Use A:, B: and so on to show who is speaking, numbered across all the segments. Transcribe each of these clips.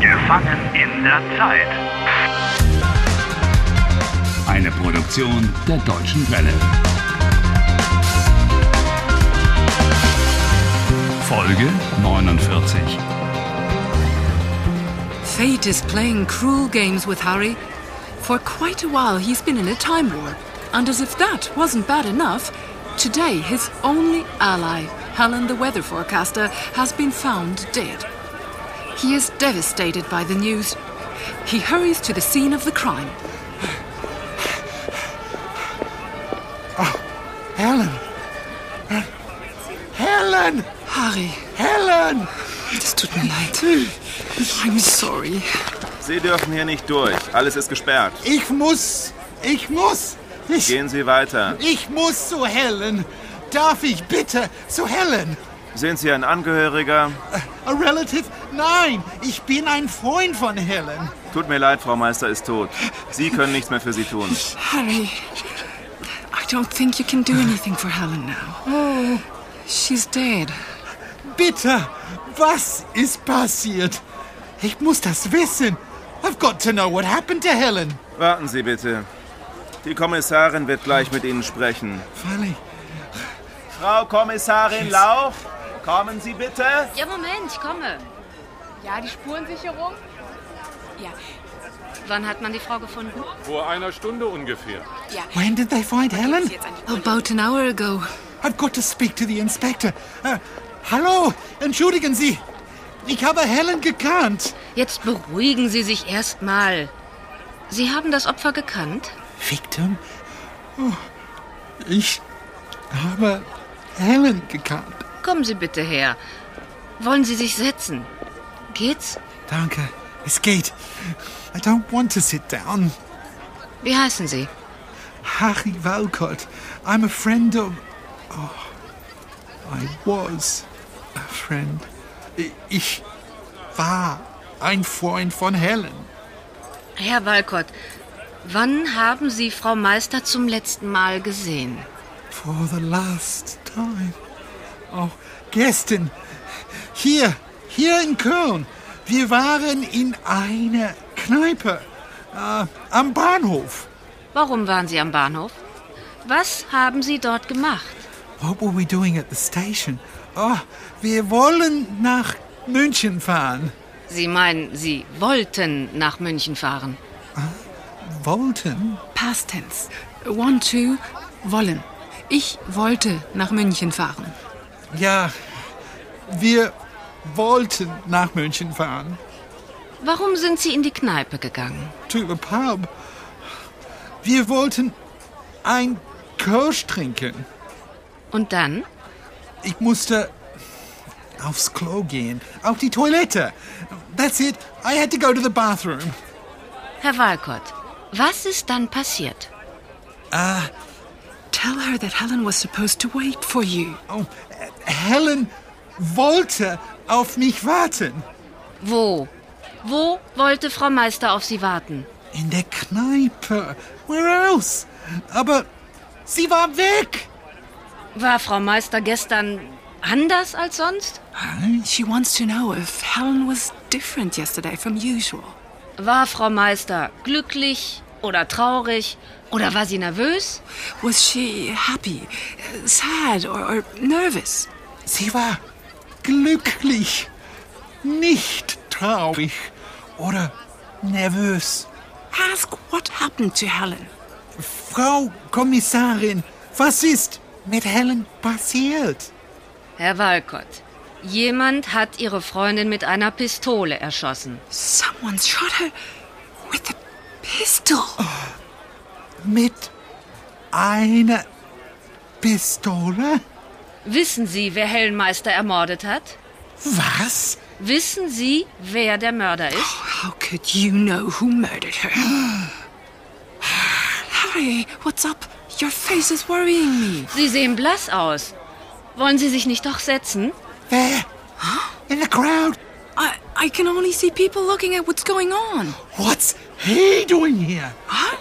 A: Gefangen in der Zeit.
B: Eine Produktion der Deutschen Welle. Folge 49.
C: Fate is playing cruel games with Harry. For quite a while, he's been in a time warp. And as if that wasn't bad enough, today his only ally, Helen the weather forecaster, has been found dead. He is devastated by the news. He hurries to the scene of the crime.
D: Helen! Helen!
C: Harry,
D: Helen!
C: es tut mir leid. I'm sorry.
E: Sie dürfen hier nicht durch. Alles ist gesperrt.
D: Ich muss! Ich muss! Ich,
E: Gehen Sie weiter.
D: ich muss zu Helen! Darf ich bitte zu Helen?
E: Sind Sie ein Angehöriger?
D: A relative? Nein, ich bin ein Freund von Helen.
E: Tut mir leid, Frau Meister ist tot. Sie können nichts mehr für Sie tun.
C: Harry, I don't think you can do anything for Helen now. She's dead.
D: Bitte, was ist passiert? Ich muss das wissen. I've got to know what happened to Helen.
E: Warten Sie bitte. Die Kommissarin wird gleich mit Ihnen sprechen.
D: Finally.
E: Frau Kommissarin Lauch, kommen Sie bitte.
F: Ja, Moment, ich komme.
G: Ja, die Spurensicherung. Ja,
F: Wann hat man die Frau gefunden?
H: Vor einer Stunde ungefähr.
D: When did they find Helen?
G: ist jetzt an die
C: About an hour ago.
D: I've got to speak to the inspector. Uh, hallo, entschuldigen Sie. Ich habe Helen gekannt.
F: Jetzt beruhigen Sie sich erstmal. Sie haben das Opfer gekannt?
D: Victim? Oh, ich habe Helen gekannt.
F: Kommen Sie bitte her. Wollen Sie sich setzen? Geht's?
D: Danke, es geht. I don't want to sit down.
F: Wie heißen Sie?
D: Harry Walcott, I'm a friend of... Oh, I was a friend. I- Ich war ein Freund von Helen.
F: Herr Walcott, wann haben Sie Frau Meister zum letzten Mal gesehen?
D: For the last time. Oh, gestern. Hier, hier in Köln. Wir waren in einer Kneipe. Äh, am Bahnhof.
F: Warum waren Sie am Bahnhof? Was haben Sie dort gemacht?
D: What were we doing at the station? Oh, wir wollen nach München fahren.
F: Sie meinen, Sie wollten nach München fahren.
D: Wollten?
C: Past tense. One, two, wollen. Ich wollte nach München fahren.
D: Ja, wir wollten nach München fahren.
F: Warum sind Sie in die Kneipe gegangen?
D: To the pub. Wir wollten ein Kirsch trinken.
F: Und dann?
D: Ich musste aufs Klo gehen, auf die Toilette. That's it. I had to go to the bathroom.
F: Herr Walcott, was ist dann passiert?
C: Tell her that Helen was supposed to wait for you.
D: Oh, Helen wollte auf mich warten.
F: Wo? Wo wollte Frau Meister auf Sie warten?
D: In der Kneipe. Where else? Aber sie war weg.
F: War Frau Meister gestern anders als sonst?
C: She wants to know if Helen was different yesterday from usual.
F: War Frau Meister glücklich oder traurig? Oder war sie nervös?
C: Was she happy, uh, sad, or, or nervous?
D: Sie war glücklich, nicht traurig oder nervös.
C: Ask what happened to Helen.
D: Frau Kommissarin, was ist mit Helen passiert?
F: Herr Walcott, jemand hat Ihre Freundin mit einer Pistole erschossen.
C: Someone shot her with a pistol. Oh,
D: Mit einer Pistole?
F: Wissen Sie, wer Helen Meister ermordet hat?
D: Was?
F: Wissen Sie, wer der Mörder ist?
C: How could you know who murdered her? Harry, what's up? Your face is worrying me.
F: Sie sehen blass aus. Wollen Sie sich nicht doch setzen?
D: There, in the crowd.
C: I, I can only see people looking at what's going on.
D: What's he doing here?
C: Huh?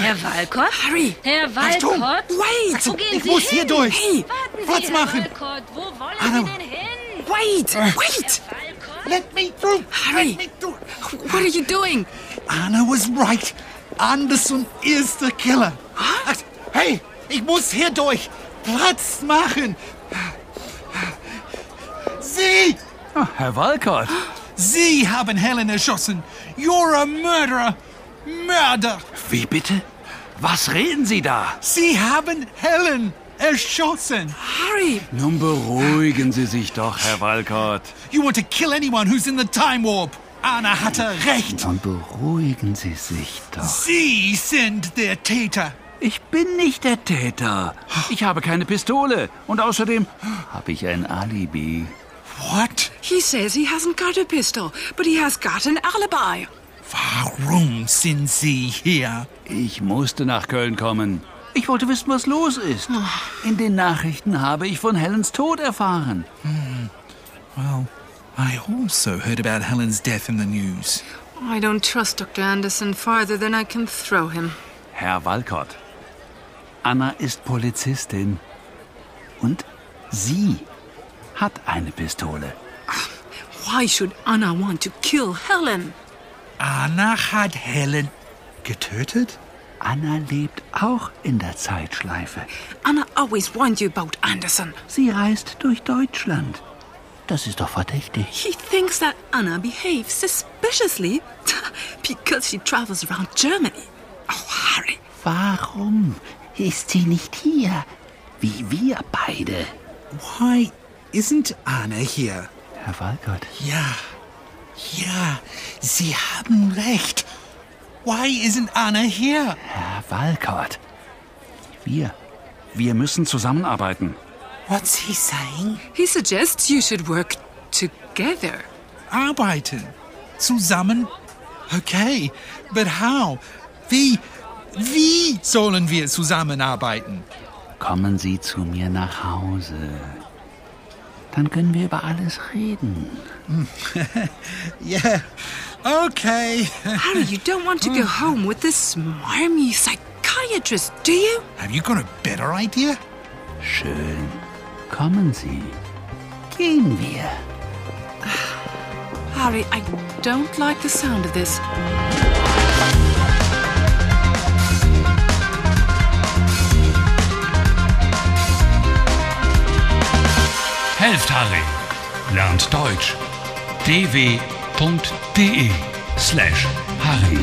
F: Herr Walcott?
C: Harry!
F: Herr
D: Achtung!
F: Walcott?
C: Wait!
F: Wo gehen
D: ich
F: Sie
D: muss
F: hin?
D: hier durch.
C: Hey,
F: Warten Sie,
D: Platz
F: Herr
D: machen.
F: Walcott, wo wollen
D: Hallo.
F: Sie denn hin?
C: wait! Wait!
F: Walcott?
D: Let me through.
C: Harry!
D: Let me through.
C: What are you doing?
D: Anna was right. Anderson ist der Killer. Ach, Hey, ich muss hier durch. Platz machen. Sie,
A: Oh, Herr Walcott,
D: Sie haben Helen erschossen. You're a murderer. Mörder.
A: wie bitte? Was reden Sie da?
D: Sie haben Helen erschossen.
C: Harry,
A: Nun beruhigen Sie sich doch, Herr Walcott.
D: You want to kill anyone who's in the time warp. Anna hatte recht.
A: Nun beruhigen Sie sich doch.
D: Sie sind der Täter.
A: Ich bin nicht der Täter. Ich habe keine Pistole. Und außerdem habe ich ein Alibi.
D: What?
C: he says he hasn't got a pistol, but he has got an alibi.
D: Warum sind Sie hier?
A: Ich musste nach Köln kommen. Ich wollte wissen, was los ist. In den Nachrichten habe ich von Helens Tod erfahren.
D: Well, I also heard about Helen's death in the news.
C: I don't trust Dr. Anderson farther than I can throw him.
A: Herr Walcott, Anna ist Polizistin. Und sie hat eine Pistole.
C: Why should Anna want to kill Helen?
D: Anna hat Helen getötet?
A: Anna lebt auch in der Zeitschleife.
C: Anna always warned you about Anderson.
A: Sie reist durch Deutschland. Das ist doch verdächtig.
C: He thinks that Anna behaves suspiciously because she travels around Germany. Oh, Harry.
A: Warum ist sie nicht hier? Wie wir beide.
D: Why isn't Anna here?
A: Herr Walcott,
D: Ja, ja, Sie haben recht. Why isn't Anna here?
A: Herr Walcott. Wir. Wir müssen zusammenarbeiten.
D: What's he saying?
C: He suggests you should work together.
D: Arbeiten. Zusammen? Okay, but how? Wie, wie sollen wir zusammenarbeiten?
A: Kommen Sie zu mir nach Hause. Dann können wir über alles reden.
D: Yeah, okay.
C: Harry, you don't want to go home with this smarmy psychiatrist, do you?
D: Have you got a better idea?
A: Schön. Kommen Sie. Gehen wir.
C: Harry, I don't like the sound of this.
B: Helft Harry. Lernt Deutsch. dw.de slash Harry.